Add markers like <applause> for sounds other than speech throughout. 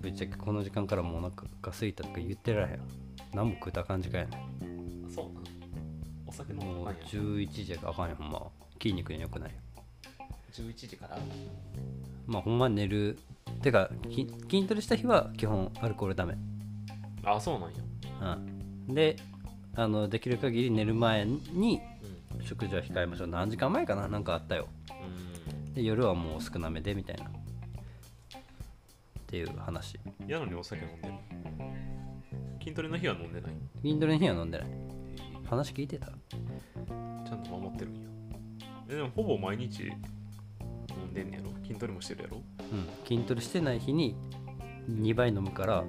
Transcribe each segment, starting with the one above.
ぶっちゃけこの時間からもうお腹が空いたとか言ってられへん何も食った感じかやねそうなんお酒飲んもむう前や11時やからあかんよほんま筋肉に良くないよ11時からまあほんま寝るてかき筋トレした日は基本アルコールダメあそうなんやうんであのできる限り寝る前にう食事は控えましょう何時間前かななんかあったよんうんで夜はもう少なめでみたいなっていう話やのにお酒飲んでる筋トレの日は飲んでない筋トレの日は飲んでない話聞いてたちゃんと守ってるんやえでもほぼ毎日飲んでんねやろ筋トレもしてるやろ <laughs> うん筋トレしてない日に2倍飲むから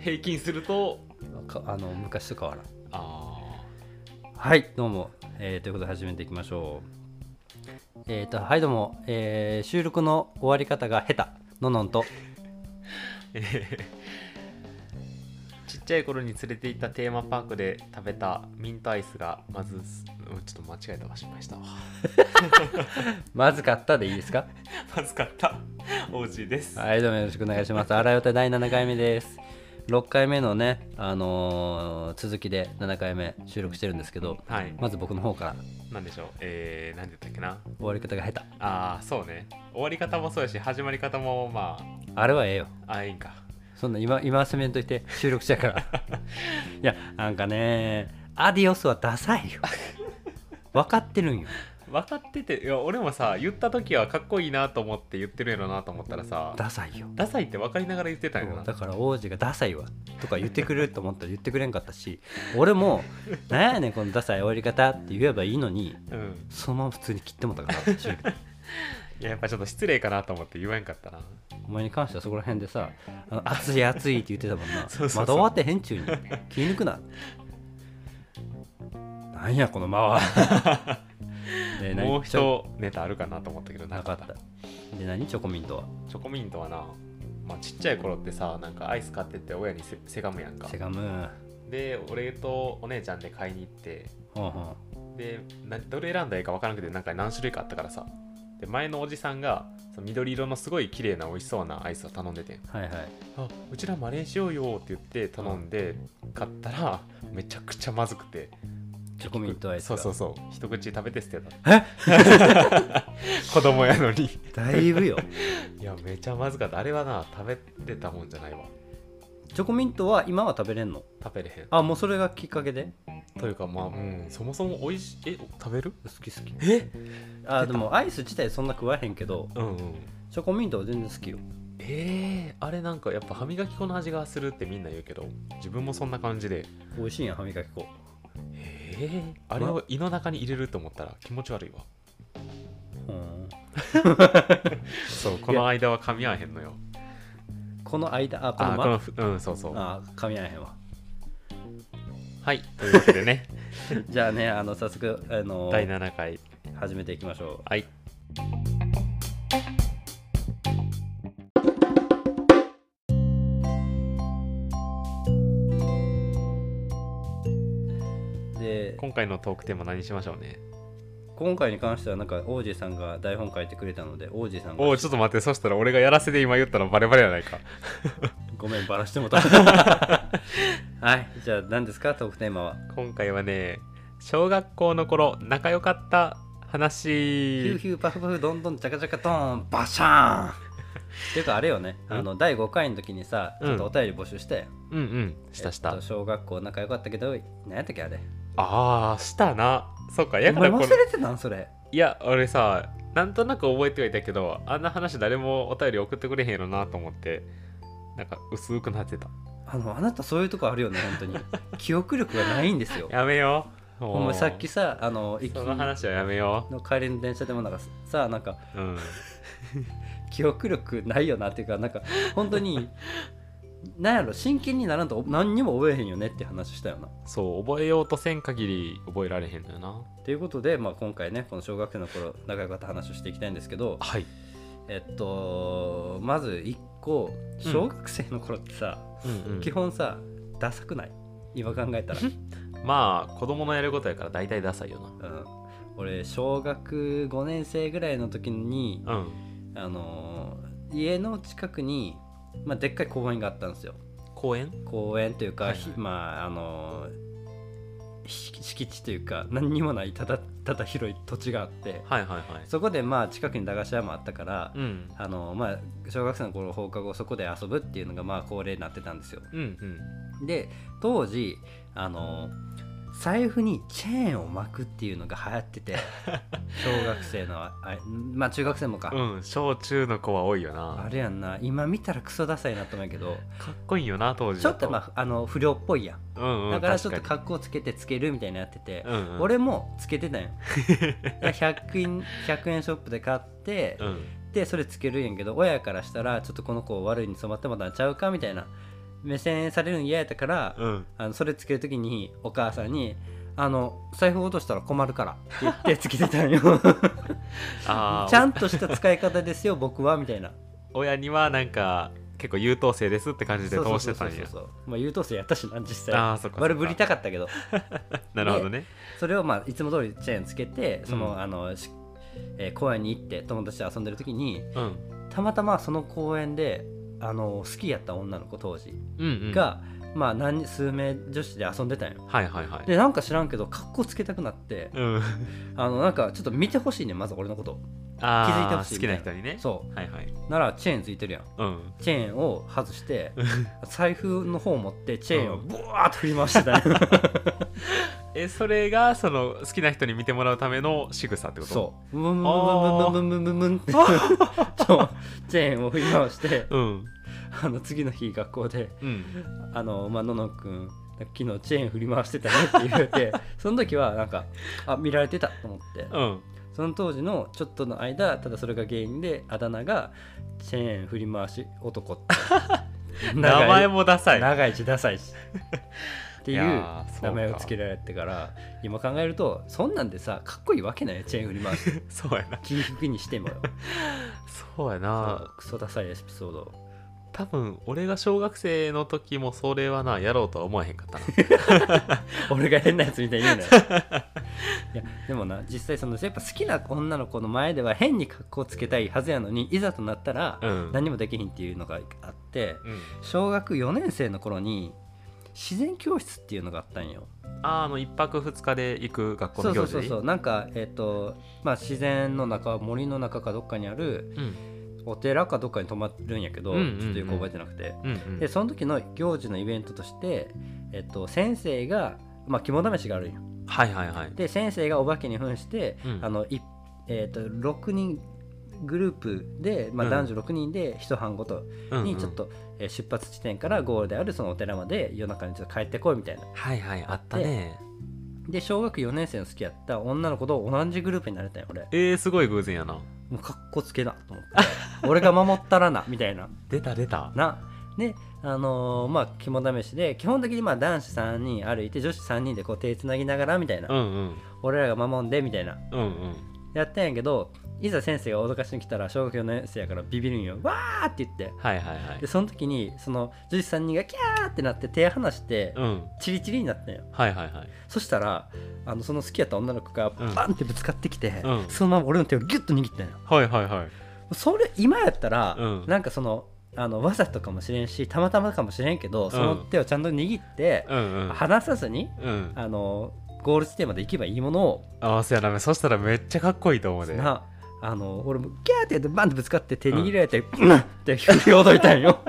平均するとかあの昔と変わらんあはいどうも、えーということで始めていきましょうえっ、とはいどうも、えー収録の終わり方が下手ののんとちっちゃい頃に連れて行ったテーマパークで食べたミントアイスがまずすうんちょっと間違えたわ失敗したわまずかったでいいです <laughs> か <laughs> まずかった王子ですはいどうもよろしくお願いします。荒よた第7回目です。6回目のね、あのー続きで7回目収録してるんですけど、はいまず僕の方からなんでしょうえー、なんて言ったっけな終わり方が下手。ああそうね終わり方もそうやし始まり方もまあれはええよ。ああいいんかそんな今、今攻めんといて収録しちゃう <laughs> から。いや、なんかね、アディオスはダサいよ。 <laughs> 分かってるんよ。分かってていや俺もさ言った時はかっこいいなと思って言ってるやろなと思ったらさダサいよ。ダサいって分かりながら言ってたんやなだから王子が「ダサいわ」とか言ってくれると思ったら言ってくれんかったし俺も「なんやねんこのダサい終わり方」って言えばいいのにうんそのまま普通に切ってもたから収録いややっぱちょっと失礼かなと思って言わんかったなお前に関してはそこら辺でさ「あの暑い暑い」って言ってたもんなそうそうそうまだ終わってへんちゅうに気抜くななんやこの間は <laughs> で何もうちょ一ネタあるかなと思ったけどなかったで何チョコミントはチョコミントはな、まあ、ちっちゃい頃ってさなんかアイス買ってって親にせせがむやんかセガムで俺とお姉ちゃんで買いに行ってほんほんでなどれ選んだらいいか分からなくてなんか何種類かあったからさで前のおじさんがその緑色のすごい綺麗な美味しそうなアイスを頼んでてはいはいあうちらもあれにしようよって言って頼んで買ったらめちゃくちゃまずくてチョコミントアイスそうそううそう一口食べて捨てたえ <laughs> 子供やのにだいぶよいやめちゃまずかったあれはな食べてたもんじゃないわチョコミントは今は食べれんの食べれへんあもうそれがきっかけでというかまあうんそもそも美味しいえ食べる好き好きえあでもアイス自体そんな食わへんけどうんうんチョコミントは全然好きよえー、あれなんかやっぱ歯磨き粉の味がするってみんな言うけど自分もそんな感じで美味しいやん歯磨き粉えー、あれを胃の中に入れると思ったら気持ち悪いわうんそうこの間は噛み合わへんのよこの間あこあのこ間のふうんそうそうあ噛み合えへんわ <laughs> はいというわけで <laughs> ねじゃあねあの早速あの第7回始めていきましょはいうで今回のトークテーマ何しましょうね今回に関してはなんか王子さんが台本書いてくれたので王子さんがおおちょっと待ってそしたら俺がやらせで今言ったらバレバレやないかごめんバラしてもた <laughs> はいじゃあ何ですかトークテーマは今回はね小学校の頃仲良かったヒュー話ヒューパフパフどんどんチャカチャカトーンバシ <laughs> ャーンっていうかあれよねうんあの第5回の時にさちょっとお便り募集して、うんうんしたした、えっと小学校仲良かったけど何やったっけあれああしたなそっかえやか前らこ忘れれてたんそれいや俺さなんとなく覚えてはいたけどあんな話誰もお便り送ってくれへんやろなと思ってなんか薄くなってたあのあなたそういうとこあるよね本当に <laughs> 記憶力がないんですよやめようおもう前さっきさあの駅そのの話はやめよ帰りの電車でもなんかさなんかう、うん、記憶力ないよなっていうかなんか本当 <laughs> になんやろ真剣にならんと何にも覚えへんよねって話したよな。そう覚えようとせん限り覚えられへんのよなということで、まあ、今回ねこの小学生の頃仲良かった話をしていきたいんですけどはい、えっとまず1個小学生の頃ってさ、うんうん基本さダ <laughs> サくない今考えたら、まあ子供のやることやから大体ダサいよなうん俺小学5年生ぐらいの時に、うんあのー家の近くに、まあ、でっかい公園があったんですよ公園公園というか、はいはいひまああのーひ敷地というか何にもないただただ広い土地があってはいはいはいそこでまあ近くに駄菓子屋もあったから、うんあのーまあ、小学生の頃放課後そこで遊ぶっていうのがまあ恒例になってたんですようんうんで当時あの財布にチェーンを巻くっていうのが流行って <laughs> て小学生のああまあ中学生もか、うん小中の子は多いよあなれやんな今見たらクソダサいなと思うけどかっこいいよな当時ちょっとあまああの不良っぽいやん、うんうんだからちょっと確か格好つけてつけるみたいなのやっててに、うんうん俺もつけてた <laughs> んよだから 100, 円100円ショップで買って、うんでそれつけるんやけど親からしたらちょっとこの子悪いに染まってもらったんちゃうかみたいな目線されるの嫌やったから、うんあのそれつけるときにお母さんに「あの財布落としたら困るから」って言 <laughs> ってつけてたんよああちゃんとした使い方ですよ僕はみたいな親にはなんか結構優等生ですって感じで通してたんやそうまあ優等生やったしな実際ああそっかそっか悪ぶりたかったけどなるほどねそれをまあいつも通りチェーンつけてその、うんあのしえー公園に行って友達と遊んでる時にうんたまたまその公園であの好きやった女の子当時うんうんが、まあ何数名女子で遊んでたんよはいはいはいでなんか知らんけど格好つけたくなって、うんあのなんかちょっと見てほしいねまず俺のことあ気づいてあほしい好きな人にねそはいはいうならチェーンついてるやんうんチェーンを外して財布の方を持ってチェーンをブワーッと振り回してた、ねえそれがその好きな人に見てもらうための仕草ってことそうムンムンムンムンムンムンムンムンってそうチェーンを振り回してううんあの次の日学校でうん「あのまあののくん昨日チェーン振り回してたね」って言われてその時はなんかあ見られてたと思ってうんその当時のちょっとの間ただそれが原因であだ名がチェーン振り回し男って名前もダサい長いしダサ <laughs> いしっていいうやーそうか名前をつけられてから今考えるとそんなんでさかっこいいわけないよチェーン振り回 <laughs> しそうやな気服にしてもよそうやなそうクソダサいエピソード多分俺が小学生の時もそれはなやろうとは思わへんかっ <laughs> たな俺が変なやつみたいに <laughs> 言うなよいやでもな実際そのやっぱ好きな女の子の前では変に格好つけたいはずやのにいざとなったらうん何もできひんっていうのがあってうん小学4年生の頃に自然教室っていうのがあったんよあーあの一泊二日で行く学校そのうそ行う事そうそうなんかえっ、とまあ自然の中森の中かどっかにあるうんお寺かどっかに泊まるんやけど、うんうんうんちょっとよく覚えてなくて、うんうんでその時の行事のイベントとして、えっと先生がまあ肝試しがあるんよはいはいはいで先生がお化けに扮して、うんあのいえっと6人グループで、まあ、うん男女6人で一班ごとうんうにんちょっと、えー出発地点からゴールであるそのお寺まで夜中にちょっと帰ってこいみたいなはいはいあったねで小学4年生の好きやった女の子と同じグループになれたんよ俺えー、すごい偶然やなもうかっこつけなと思って <laughs> 俺が守ったらなみたいな出た出たなであのーまあ肝試しで基本的にまあ男子3人歩いて女子3人でこう手つなぎながらみたいな、うんうん俺らが守んでみたいなうんうんやったんやけどいざ先生が脅かしに来たら小学4年生やからビビるんよわーって言ってはいはいはいでその時にその女子3人がキャーってなって手離してうんチリチリになったんよはいはいはいそしたらあのその好きやった女の子がうんバンってぶつかってきて、うんそのまま俺の手をギュッと握ったんよはいはいはいそれ今やったら、うんなんかそのあのわざとかもしれんしたまたまかもしれんけどその手をちゃんと握って、うんうん離さずにうんあのゴール地点まで行けばいいものをああそうやなそしたらめっちゃかっこいいと思うでなあの俺もギャーってやってバンってぶつかって手握られて、うん、って振りほどいたんよ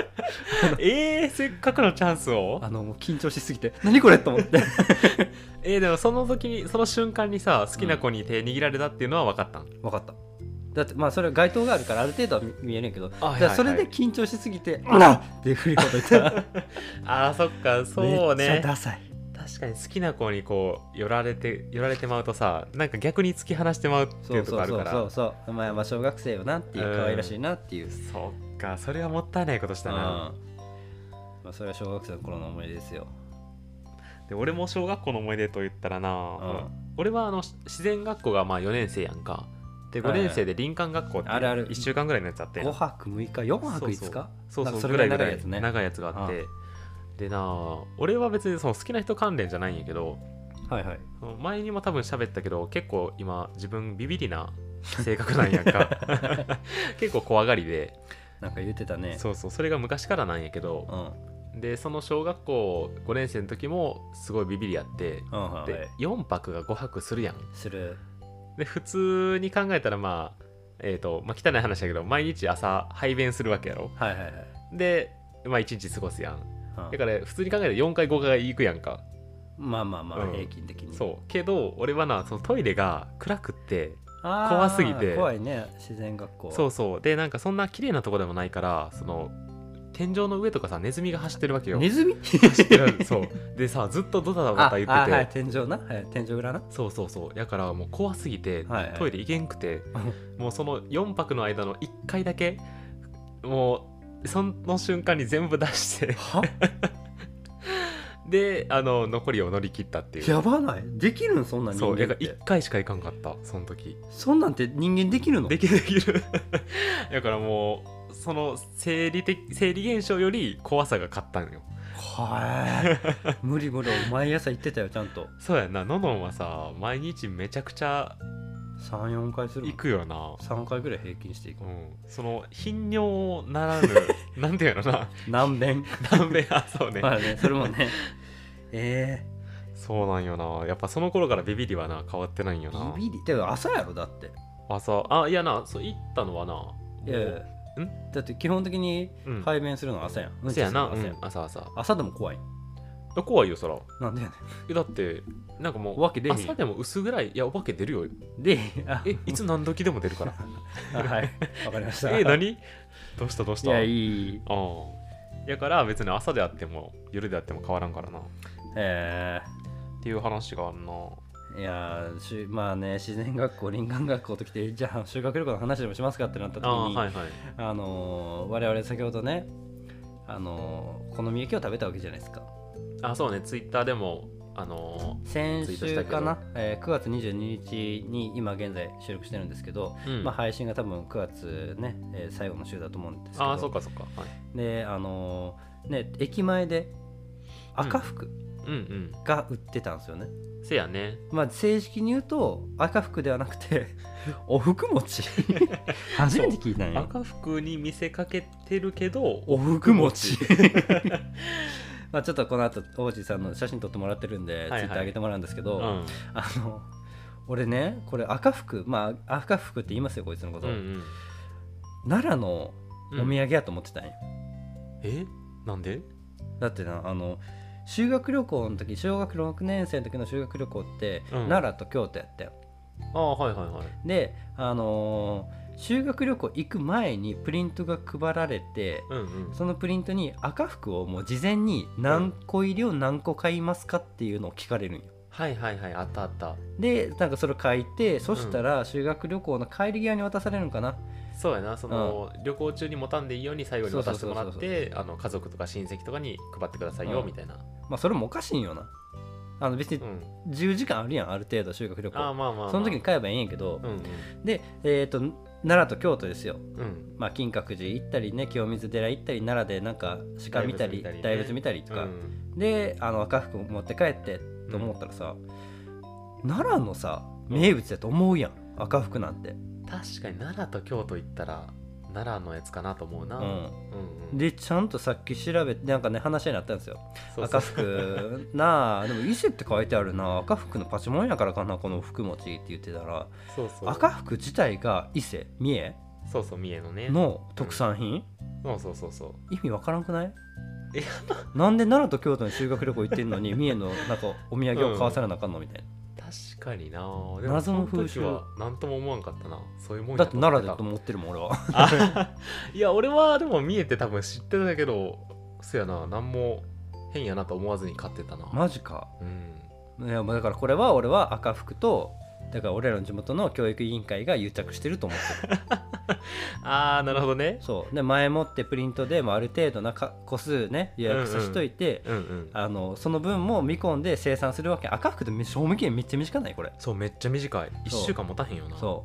<laughs> えー、せっかくのチャンスをあのもう緊張しすぎて何これと思っ <laughs> てえー、でもその時にその瞬間にさ好きな子に手握られたっていうのは分かったん、分かっただってまあそれは街灯があるからある程度は見見えるんやけどあはいはいはいだからそれで緊張しすぎて「うん!」 <laughs> って振りほどいたらあーそっか <laughs> そうめっちゃねダサい確かに好きな子にこう寄られて寄られてまうとさなんか逆に突き放してまうってそいううとこそあうるそかうらそうそうまあまあ小学生よなっていううん可愛らしいなっていう、うんそっかそれはもったいないことしたな、まあ、それは小学生の頃の思い出ですよ、で俺も小学校の思い出と言ったらな、うん俺はあのし自然学校がまあ4年生やんかではい5はい年生で林間学校ってあるある1週間ぐらいのやつあって5泊6日4泊5日そうなんかそうそれぐぐららい長いいぐらいやつね長いやつがあってでな俺は別にその好きな人関連じゃないんやけどはいはい前にも多分喋ったけど結構今自分ビビりな性格なんやん <laughs> か結構怖がりでなんか言ってたねそうそうそれが昔からなんやけどうんうんでその小学校5年生の時もすごいビビりやってはいはでい4泊が5泊するやんするで普通に考えたらまあえっ、とまあ汚い話だけど毎日朝排便するわけやろはいはいはいでまあ1日過ごすやんうんだから普通に考えたら4回5回行くやんかまあまあまうあん平均的に、そうけど俺はなそのトイレが暗くってあー怖すぎて怖いね自然学校そうそうでなんかそんな綺麗なとこでもないからその天井の上とかさネズミが走ってるわけよネズミ走ってる <laughs> そうでさずっとドタドタ言ってて、ああはい、天井な、はい、天井裏なそうそうそうやからもう怖すぎて、はいはいトイレ行けん <laughs> くてもうその4泊の間の1回だけもうその瞬間に全部出して <laughs> はであの残りを乗り切ったっていうやばないできるんそんなん人そうや間かっらて1回しか行かんかったその時そんなんて人間できるのできるできる <laughs> だからもうその生理的生理現象より怖さが勝ったんよはい無理無理毎朝行ってたよちゃんとそうやなののんはさ毎日めちゃくちゃ34回するも行んくよな、 3回ぐらい平均していくうん、その頻尿 <laughs> ならぬなんていうのな何遍断面あそうね、まあねそれもね <laughs> えそうなんよなやっぱその頃からビビりはな変わってないんよえなビビりでも朝やろだって朝あいやなそう行ったのはなもういやいやだって基本的にうん排便するのは朝やん、うんちせやな、するのは朝やんうん朝朝朝でも怖いえ怖いよそらなんだよねえだってなんかもうお化け出へん朝でも薄ぐらいいやお化け出るよであ <laughs> えいつ何時でも出るからあはいわかりましたえ何どうしたどうしいたやあいいあやから別に朝であっても夜であっても変わらんからなっえていう話があるなーいやーしまあね自然学校林間学校ときてじゃあ修学旅行の話でもしますかってなった時にあ、ああはいはいのー我々先ほどねあのーお好み焼きを食べたわけじゃないですかあそうねツイッターでもあの先ツイートした週けどかな、えー9月22日に今現在収録してるんですけど、ーうんまあ、配信が多分9月ね、えー最後の週だと思うんですけどああそっかそっかはいであのーね駅前で赤服うんが売ってたんですよね、うんせやねまあ正式に言うと赤服ではなく <laughs> てお服餅初めて聞いたんよ赤服に見せかけてるけどお服餅 <laughs> まあちょっとこの後王子さんの写真撮ってもらってるんで、いはいツイッター上げてもらうんですけど、うんあの俺ねこれ赤服まあ赤服って言いますよこいつのこうと、ん奈良のおう土ん産やと思ってたんよ、えなんでだってなあの修学旅行の時小学6年生の時の修学旅行って、うん奈良と京都やったよああはいはいはいであのー修学旅行行く前にプリントが配られてうんうんそのプリントに赤服をもう事前に何個入りを何個買いますかっていうのを聞かれるんよはいはいはいあったあったでなんかそれを書いてそしたら修学旅行の帰り際に渡されるのかな、そうやなその、旅行中に持たんでいいように最後に渡してもらそっうそうてあの家族とか親戚とかに配ってくださいよ、うんみたいな、まあそれもおかしいんよなあの別にうん、 10時間あるやんある程度修学旅行ああまあまあ、まあ、その時に買えばええんやけどう、んでえっ、と奈良と京都ですようんうんまあ、金閣寺行ったりね清水寺行ったり奈良でなんか鹿見たり大仏見たりね大仏見たりとか、うんであの赤服持って帰ってと思ったらさ、奈良のさ名物やと思うやん赤服なんて、確かに奈良と京都行ったら奈良のやつかなと思うな、ううんん、うん、でちゃんとさっき調べてなんかね話になったんですよそうそ赤う <laughs> 服なあでも伊勢って書いてあるな赤服のパチモンやからかなこの服持ちって言ってたらそうそう赤服自体が伊勢三重そうそう三重のねの特産品、そうそうそうそう意味わからんくないいやなんで奈良と京都に修学旅行行ってんのに三重のなんかお土産を買わされなあかんのみたいな、確かにな謎の風習そ時は何とも思わんかったなそういうもんだやって奈良だとと思思ってるもん俺はってたあいや俺はでも三重って多分知ってたけどそやな何も変やなと思わずに買ってたな、マジかうんいやまあだからこれは俺は赤服とだから俺らの地元の教育委員会が癒着してると思ってるああなるほどねそうで前もってプリントでもある程度なか個数ね予約さしといて、うんうんあのその分も見込んで生産するわけ赤服で賞味期限めっちゃ短ないこれそうめっちゃ短い1週間持たへんよなそ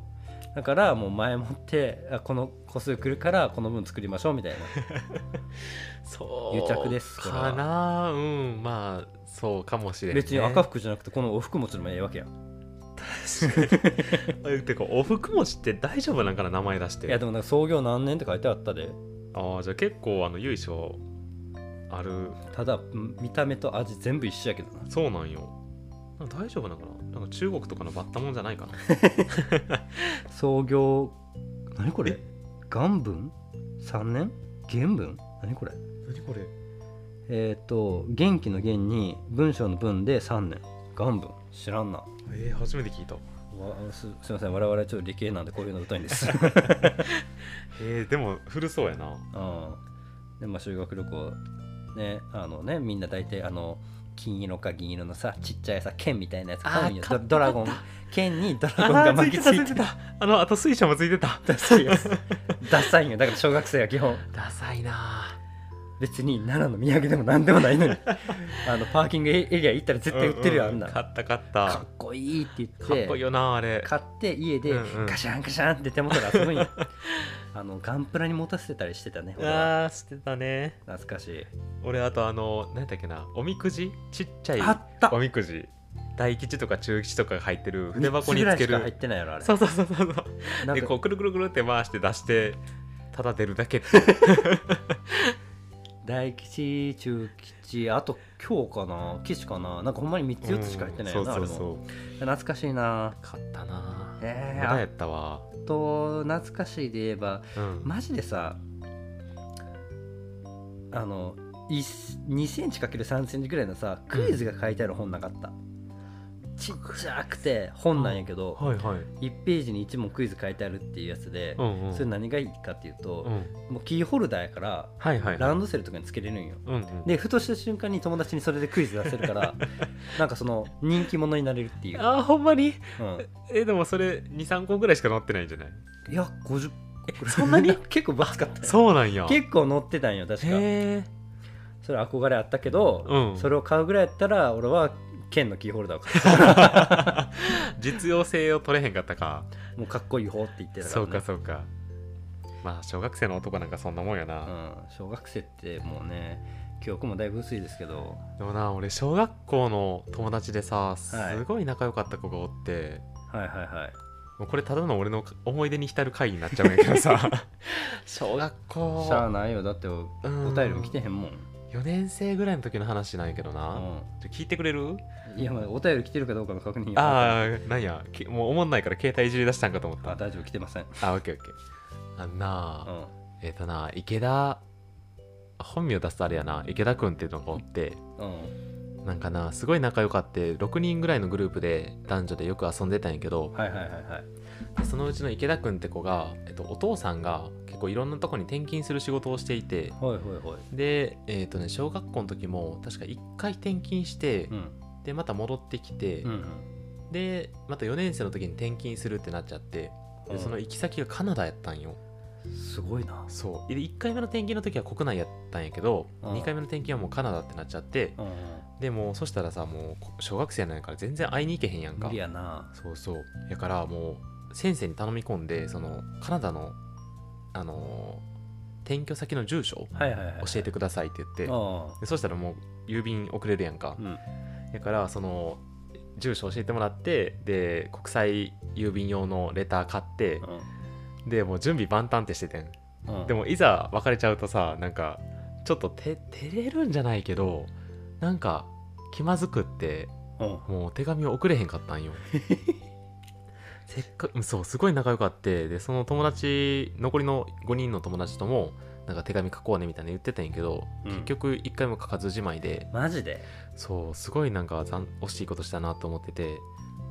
だからもう前もってあこの個数来るからこの分作りましょうみたいなそう癒着ですこれはかなうんまあそうかもし <laughs> れん、ね、別に赤服じゃなくてこのお服もすればええわけやんえてかおふくもちって大丈夫なんかな名前出しいてやでもなんか創業何年って書いてあったでああじゃあ結構あの由緒あるただうん見た目と味全部一緒やけどなそうなんよなんか大丈夫なのかななんか中国とかのバッタもんじゃないかな創業何これ元文3年元文何これ何これえっ、と元気の元に文章の文で3年元文知らんなえー、初めて聞いたわすすいません我々ちょっと理系なんでこういうの疎いんです <laughs> えー、でも古そうやなうんでまあ修学旅行ねあのねみんな大体あの金色か銀色のさちっちゃいさ剣みたいなやつあー買うんよ買ドったドラゴン剣にドラゴンあがあーつ巻いきてつたいついててたあのあと水車もついてたダサいやつダサいんよだから小学生は基本ダサいな別に奈良の土産でも何でもないの <laughs> にあのパーキングエリア行ったら絶対売ってるよあんな、買った買ったかかっこいいって言ってっこいいよなあれ買って家でうんうんガシャンガシャンって手元で遊ぶん <laughs> よあのガンプラに持たせてたりしてたね俺はああしてたね懐かしい俺あとあの何だっけなおみくじちっちゃいあったおみくじ大吉とか中吉とかが入ってる筆3箱つにぐらついけしかる入ってないやろあれそうそうそうそうそうなんでかこうくるくるくるって回して出してただ出るだけっていう大吉中吉あと今日かな吉かななんかほんまに3つ4つしか入ってないよな、うんあそうれそうもそう懐かしいな買ったなぁえ無ー駄やったわあと懐かしいで言えばうんマジでさあの2センチ ×3 センチぐらいのさクイズが書いてある本なかった、ちっちゃくて本なんやけど、はいはい1ページに1問クイズ書いてあるっていうやつで、うんうんそれ何がいいかっていううと、んもうキーホルダーやからはいはいラはいンドセルとかにつけれるんようんうんでふとした瞬間に友達にそれでクイズ出せるから <laughs> なんかその人気者になれるっていう、あーほんまにうんえでもそれ23個ぐらいしか載ってないんじゃないいや50えそんなに <laughs> 結構バズかったよそうなんや結構乗ってたんよ確かへえそれ憧れあったけど、うんそれを買うぐらいやったら俺は剣のキーホルダーを買っ実用性を取れへんかったかたもうかっこいい方って言ってたかそら、うね、かそうかまあ小学生の男なんかそんなもんやな、うん、小学生ってもうね記憶もだいぶ薄いですけどでもな俺小学校の友達でさすごい仲良かった子がおって、はいはいはいもうこれただの俺の思い出に浸る回になっちゃうんやけどさ小学校しゃあないよだっておおうん便りも来てへんもん、 4年生ぐらいの時の話なんやけどうな、んちょ聞いてくれるいやまあお便り来てるかどうかの確認あああなんやきもう思んないから携帯いじり出したんかと思ったあ大丈夫来てません、あオッケーオッケーあんなうあん、えっ、とな池田本名出すとあれやな池田くんっていうのがおってうん、なんかなすごい仲良かって6人ぐらいのグループで男女でよく遊んでたんやけどはいはいはいはい。でそのうちの池田くんって子が、えっと、お父さんが結構いろんなとこに転勤する仕事をしていてほいほいほい。でえっ、とね小学校の時も確か1回転勤して、うん。でまた戻ってきて、うんでまた4年生の時に転勤するってなっちゃってうん。でその行き先がカナダやったんよ。すごいな。そうで1回目の転勤の時は国内やったんやけど、うん2回目の転勤はもうカナダってなっちゃってうんうん。でもうそしたらさもうこ小学生なんやから全然会いに行けへんやん無か理やな。そうそうやからもう先生に頼み込んでそのカナダのあのー転居先の住所をはいはいはい。教えてくださいって言ってあでそしたらもう郵便送れるやんかあ。うん。だからその住所教えてもらってで国際郵便用のレター買ってでもう準備万端ってしててんうん。でもいざ別れちゃうとさなんかちょっとて照れるんじゃないけどなんか気まずくってうん。もう手紙を送れへんかった <laughs> んよせっかくそうすごい仲良かってでその友達残りの5人の友達ともなんか手紙書こうねみたいな言ってたんやけど、うん結局一回も書かずじまいでマジでそうすごいなんか残惜しいことしたなと思ってて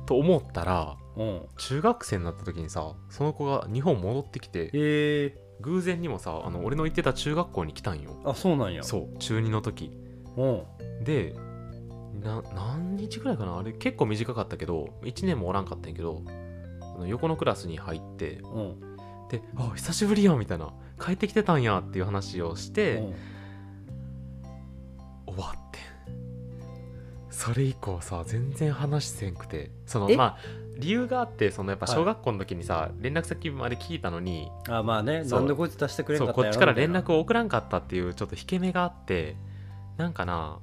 と思ったらうん。中学生になった時にさその子が日本戻ってきてへえ。偶然にもさあの俺の行ってた中学校に来たんよあ、そうなんや。そう中2の時うん。でな何日ぐらいかなあれ結構短かったけど1年もおらんかったんやけどあの横のクラスに入ってうん。で「あ久しぶりや」みたいな「帰ってきてたんや」っていう話をして、うん。終わってんそれ以降さ全然話せんくてそのえまあ理由があってそのやっぱはい小学校の時にさ、連絡先まで聞いたのにあまあねそうなんでこいつ出してくれんそかうったこんやっろちからみたい連な絡を送らんかったっていうちょっと引け目があってなんかな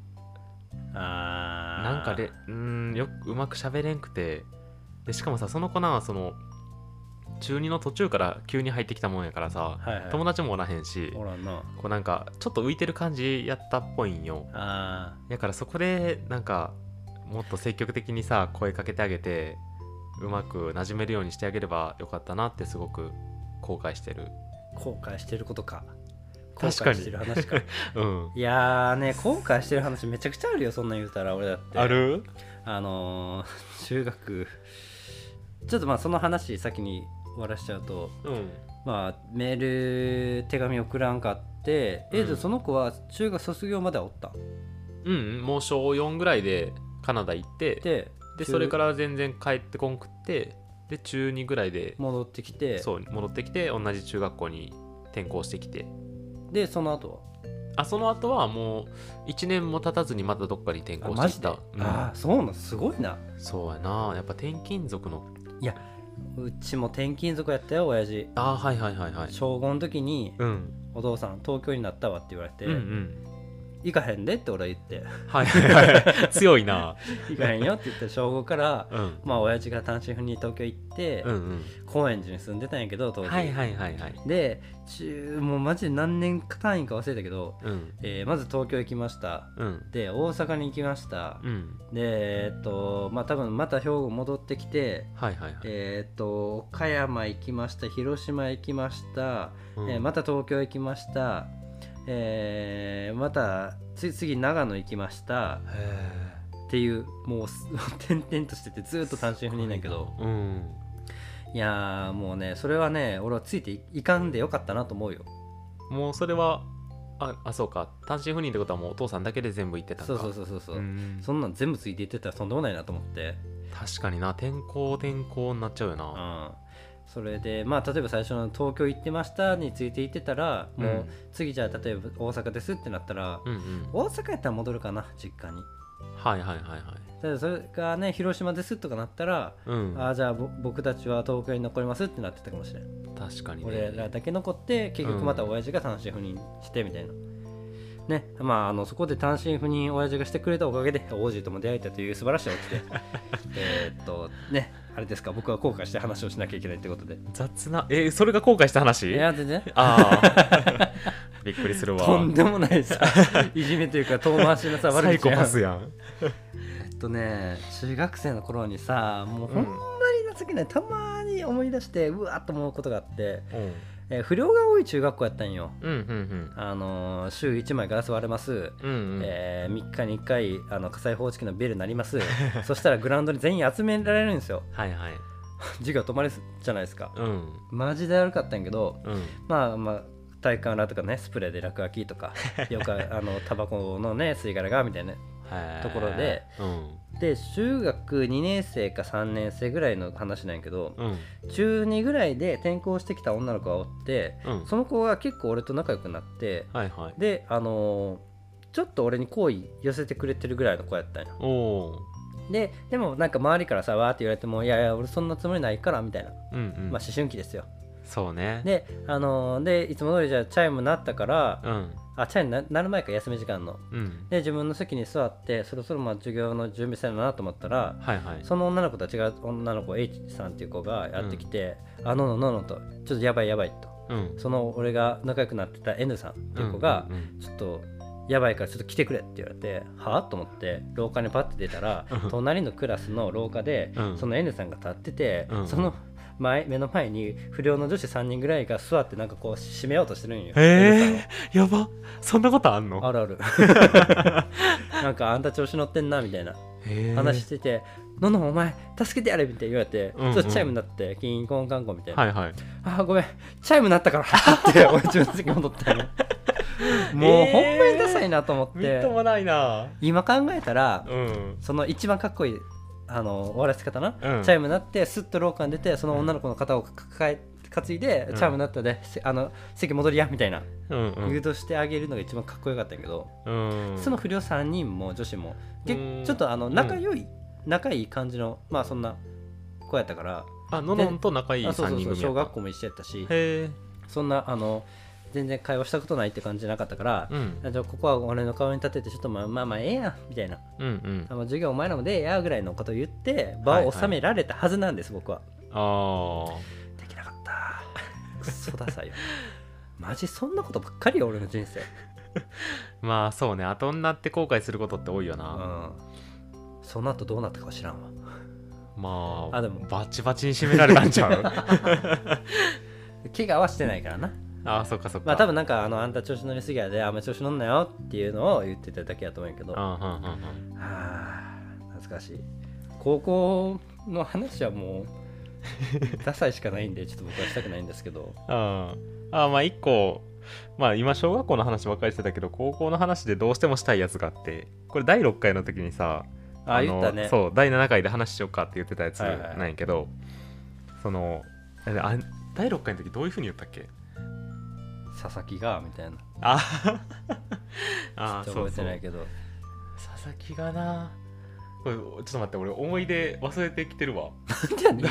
あーなんかでうーんよくうまく喋れんくてでしかもさその子なその中2の途中から急に入ってきたもんやからさはいはい友達もおらへんしおらんなこうなんかちょっと浮いてる感じやったっぽいんよあだからそこでなんかもっと積極的にさ声かけてあげてうまく馴染めるようにしてあげればよかったなってすごく後悔してるー後悔してることか後確か悔にしてる話 <laughs> かうんいやーね後悔してる話めちゃくちゃあるよそんなん言うたら俺だってあるあのー中学ちょっとまあその話先に終わらしちゃうとうんまあメール手紙送らんかって、えうんじゃあその子は中学卒業まではおったうんうんもう小4ぐらいでカナダ行ってでで中それから全然帰ってこんくってで中2ぐらいで戻ってきてそう戻ってきて同じ中学校に転校してきてでその後あその後はもう1年も経たずにまたどっかに転はあ校マしてジきで、た、ああそうなんすごいなうんそうやなやっぱ転勤族のうちも転勤族やったよ親父あーはいはいはいはい小5の時にうん「お父さん東京になったわ」って言われて「うんうん行かへんで」って俺は言 <laughs> ってはいはいはい強いな、 「行かへんよ」って言って小5から <laughs> うん、まあ親父が単身赴任に東京行って、うん高円寺に住んでたんやけど当うん時、はいはいはいはいで中もうマジで何年単位か忘れたけど、うんえーまず東京行きましたうんで大阪に行きました、うんでえーっとまあ多分また兵庫戻ってきてはいはいはい、えーっと岡山行きました広島行きました、うんえーまた東京行きましたえーまたつ次長野行きましたへっていうもうす <laughs> 転々としててずーっと単身赴任なんやけどーうんいやーもうねそれはね俺はついていいかんでよかったなと思うよもうそれはああそうか単身赴任ってことはもうお父さんだけで全部行ってたんそかうそうそうそうそう、うんそんなん全部ついていってたらとんでもないなと思って、確かにな転校転校になっちゃうような、ん、それでまあ例えば最初の「東京行ってました」についていってたらもう、うん次じゃあ例えば大阪ですってなったら、うんうん、大阪やったら戻るかな実家にはいはいはいはいただそれがね広島ですとかなったら、うんああじゃあぼ僕たちは東京に残りますってなってたかもしれん、確かに俺ねらだけ残って結局また親父が単身赴任してみたいな、ねまああのそこで単身赴任親父がしてくれたおかげで王子とも出会えたという素晴らしいお家 <laughs> でえーっとねあれですか僕は後悔して話をしなきゃいけないってことで雑なえそれが後悔した話いや全然ああ <laughs> びっくりするわとんでもないさいじめというか遠回しのさ悪口サイコやんパスやんえっとね中学生の頃にさもうほんまに情けない、たまに思い出してうわーっと思うことがあって、うんえー不良が多い中学校やったんようんうんあのー週1枚ガラス割れますうんうんうんえ3日に1回あの火災報知器のビルになります <laughs> そしたらグラウンドに全員集められるんですよはいはい授業止まるじゃないですかうんマジで悪かったんやけどうんまあまあ体育館裏とかねスプレーで落書きとかよくあのタバコのね吸い殻がみたいなはいところでうんで中学2年生か3年生ぐらいの話なんやけどうん中2ぐらいで転校してきた女の子がおってうんその子が結構俺と仲良くなってはいはいであのーちょっと俺に好意寄せてくれてるぐらいの子やったんやおおででもなんか周りからさわーって言われてもいやいや俺そんなつもりないからみたいな、ーうんうんまあ思春期ですよそうねであのーでいつも通りじゃあチャイムなったからうんあチャイムななる前か休み時間のうんで自分の席に座ってそろそろまあ授業の準備せるなと思ったらはいはいその女の子と違う女の子 H さんっていう子がやってきて「あのののの」と「ちょっとやばいやばい」とうんその俺が仲良くなってた N さんっていう子がうんう「んちょっとやばいからちょっと来てくれ」って言われて「はあ?」と思って廊下にパッて出たらうん隣のクラスの廊下でうんその N さんが立っててうんその前目の前に不良の女子3人ぐらいが座ってなんかこう締めようとしてるんよ。へえ N さんをやばそんなことあんのあ <laughs> るあるなんかあんた調子乗ってんなみたいなへー話してて「ののお前助けてやれ」みたいに言われて、うんうんちょっとチャイムになってキンコンカンコンみたいな「はいはいあーごめんチャイムなったから」っ <laughs> て俺自分の席戻ったのもうえーほんまにダサいなと思って、みっともないな今考えたら、うんその一番かっこいいあの終わらせ方な、うんチャイムなってスッと廊下に出てその女の子の肩を抱え担いで、うんチャイムなったでせあの席戻りやみたいな、うんうん誘導してあげるのが一番かっこよかったんやけど、うんその不良3人も女子もけうんちょっとあの仲良い、仲いい感じのまあそんな子やったからあののんと仲いいあそう3そう人組そやうった小学校も一緒やったしへえそんなあの全然会話したことないって感じじゃなかったから、うんあじゃあここは俺の顔に立ててちょっとまあまあまあええやんみたいなうんうんあの授業お前らもでええやぐらいのこと言って場を収められたはずなんです、僕はあできなかったクソダ <laughs> サいよマジそんなことばっかりよ俺の人生あまあそうね後になって後悔することって多いような、んその後どうなったかは知らんわまああでもバチバチに締められたんちゃう <laughs> 怪我はしてないからなああそっかそっかまあ多分なんかあのあんた調子乗りすぎやであんま調子乗んなよっていうのを言ってただけやと思うんやけどはうんうんうんうんあ懐かしい高校の話はもうダサいしかないんでちょっと僕はしたくないんですけどああまあ一個まあ今小学校の話ばっかりしてたけど高校の話でどうしてもしたいやつがあってこれ第6回の時にさああ言のったねそう第7回で話しようかって言ってたやつはいはいなんやけど、そのあれあ第6回の時どういうふうに言ったっけ佐々木がみたいなあ <laughs> あちょっと覚えてないけけどど佐々木がなこれちょっと待って俺思い出忘れてきてるわじゃあね <laughs>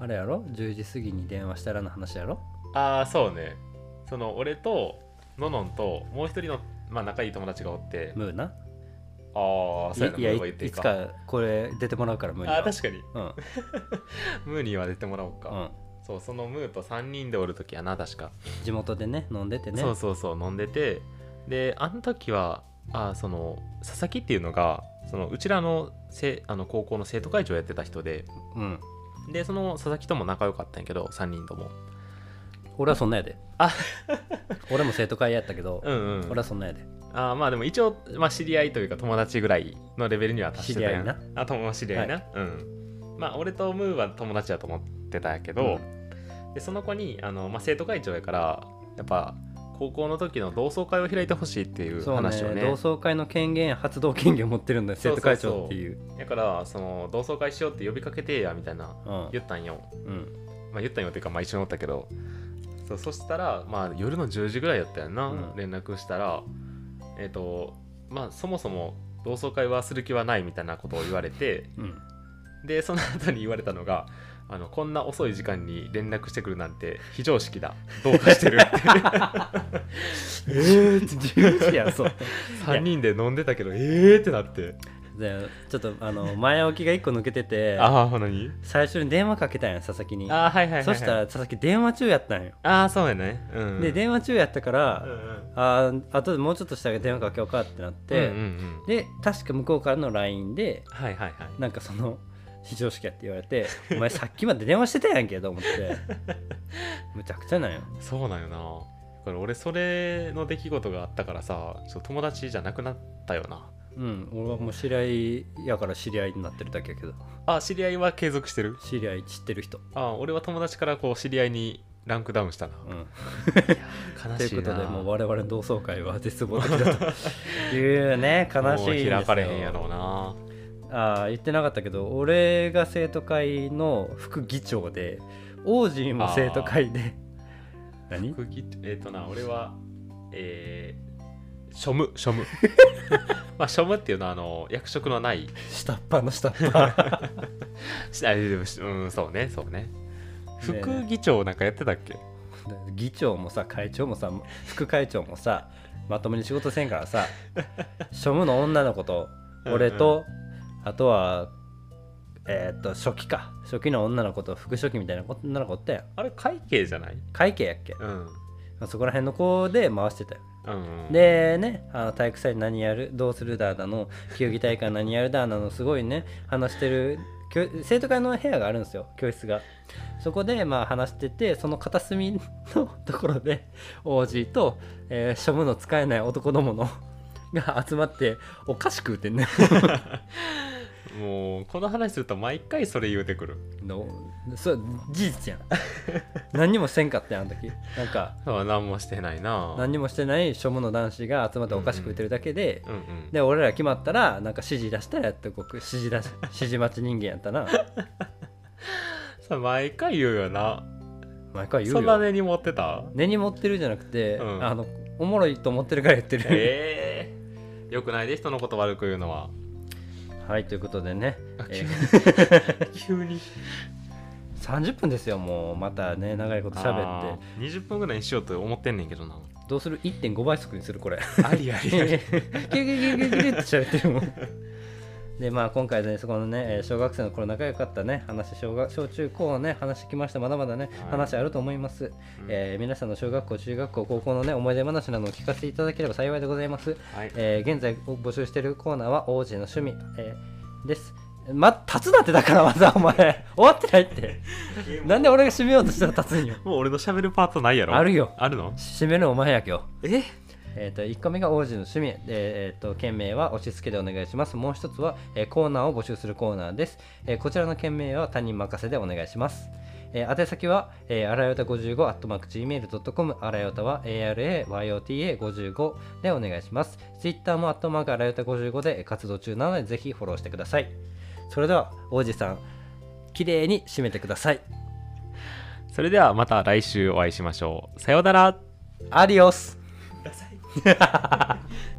あれやろ10時過ぎに電話したらの話やろああそうねその俺とののんともう一人の、まあ、仲いい友達がおってムーなああ、そうやな、いムーやは言っていいいいつか。かこれ出てもらうからムーにはあー確かに。うんムーには出てもらおうか。うん、そう、そのムーと3人でおるときやな、確か、地元でね飲んでてねそうそうそう、飲んでて。で、あの時は、あーその、佐々木っていうのが、そのうちらのせあの高校の生徒会長やってた人で、うん、で、その佐々木とも仲良かったんやけど、3人とも。俺はそんなやであ俺も生徒会やったけど、うんうん。俺はそんなやであーまあでも一応、まあ、知り合いというか友達ぐらいのレベルには達してたやん知り合いあとも知り合いな、うんまあ俺とムーは友達だと思ってたんやけど、でその子にあの、まあ、生徒会長やからやっぱ高校の時の同窓会を開いてほしいっていうそう話をねね同窓会の権限発動権限を持ってるんだよそう生そう徒そう会長っていうだからその同窓会しようって呼びかけてやみたいなうん言ったんよ、うんまあ、言ったんよっていうか、まあ、一緒におったけどそうそしたら、まあ、夜の10時ぐらいやったやんな、うん連絡したらえっ、とまあそもそも同窓会はする気はないみたいなことを言われてうんでその後に言われたのがあのこんな遅い時間に連絡してくるなんて非常識だどうかしてるってえー、10時やそう3人で飲んでたけどえーってなってでちょっとあの前置きが1個抜けててああ何最初に電話かけたんや佐々木にあーはいはいはい、はい、そしたら佐々木電話中やったんよああそうやねうんで電話中やったかうんうら、んあーあとでもうちょっとしたら電話かけようかってなって、うんうんうんで確か向こうからの LINE ではいはいはいなんかその <laughs> 非常識やって言われて「お前さっきまで電話してたやんけ」と思って <laughs> むちゃくちゃなんよそうなんよなこれ俺それの出来事があったからさちょっと友達じゃなくなったよなうん俺はもう知り合いやから知り合いになってるだけやけどあ知り合いは継続してる知り合い知ってる人あ俺は友達からこう知り合いにランクダウンしたなうん悲といしいうこなとでもう我々の同窓会は絶望的だ <laughs> というね悲しいんですもうよ開かれへんやろうなああ言ってなかったけど俺が生徒会の副議長で王子も生徒会で何副議えっ、とな俺はえー、庶務庶 <laughs> 務まあ庶務っていうのはあの役職のない下っ端の下っ端しあでもしうんそうねそうねね副議長なんかやってたっけ議長もさ会長もさ副会長もさまともに仕事せんからさ庶務の女の子と俺と、あとはえーっと初期か初期の女の子と副初期みたいな女の子おったやんあれ会計じゃない会計やっけうんそこら辺の子で回してたようんうんでねあの体育祭何やるどうするだーだの球技大会何やるだーだのすごいね話してる教生徒会の部屋があるんですよ教室がそこでまあ話しててその片隅のところで王子と、えー、庶務の使えない男どものが集まっておかしくってんねもうこの話すると毎回それ言うてくるのそう事実やん何にもせんかったやんあの時なんかあ何もしてないな何にもしてない庶務の男子が集まっておかしく言ってるだけで、うんうんで俺ら決まったらなんか指示出したらやってこく指示出 <laughs> し指示待ち人間やったなさ毎回言うよな毎回言うよそんな根に持ってた根に持ってるじゃなくて、うんあのおもろいと思ってるから言ってる、ええよくないで人のこと悪く言うのは <laughs> はいということでね、あえー <laughs> 急に急に30分ですよもうまたね長いこと喋喋っってて20分ぐらいにしようと思ってんねんけどなどうする1.5倍速にするこれありあギュギュギュギュギュギュって喋ってるもん <laughs> でまあ今回ねそこのねえー小学生の頃仲良かったね話小学小中高のね話きましたまだまだね、はい話あると思います、えー皆さんの小学校中学校高校のね思い出話などを聞かせていただければ幸いでございます、 <laughs> はいえー現在募集しているコーナーは王子の趣味、えーですま、立つだってだからまだお前終わってない <laughs> ってなんで俺が締めようとしたら立つんよもう俺の喋るパートないやろあるよあるの締めるのお前や今日ええー、と1個目が王子の趣味、でえー、と件名は押し付けでお願いしますもう一つは、えーコーナーを募集するコーナーです、えーこちらの件名は他人任せでお願いします、えー宛先は、えー、あらよた55 at mark gmail.com あらよたは arayota55 でお願いしますツイッターも at mark あらよた55で活動中なのでぜひフォローしてくださいそれでは王子さん綺麗に締めてくださいそれではまた来週お会いしましょうさようならアディオスダサい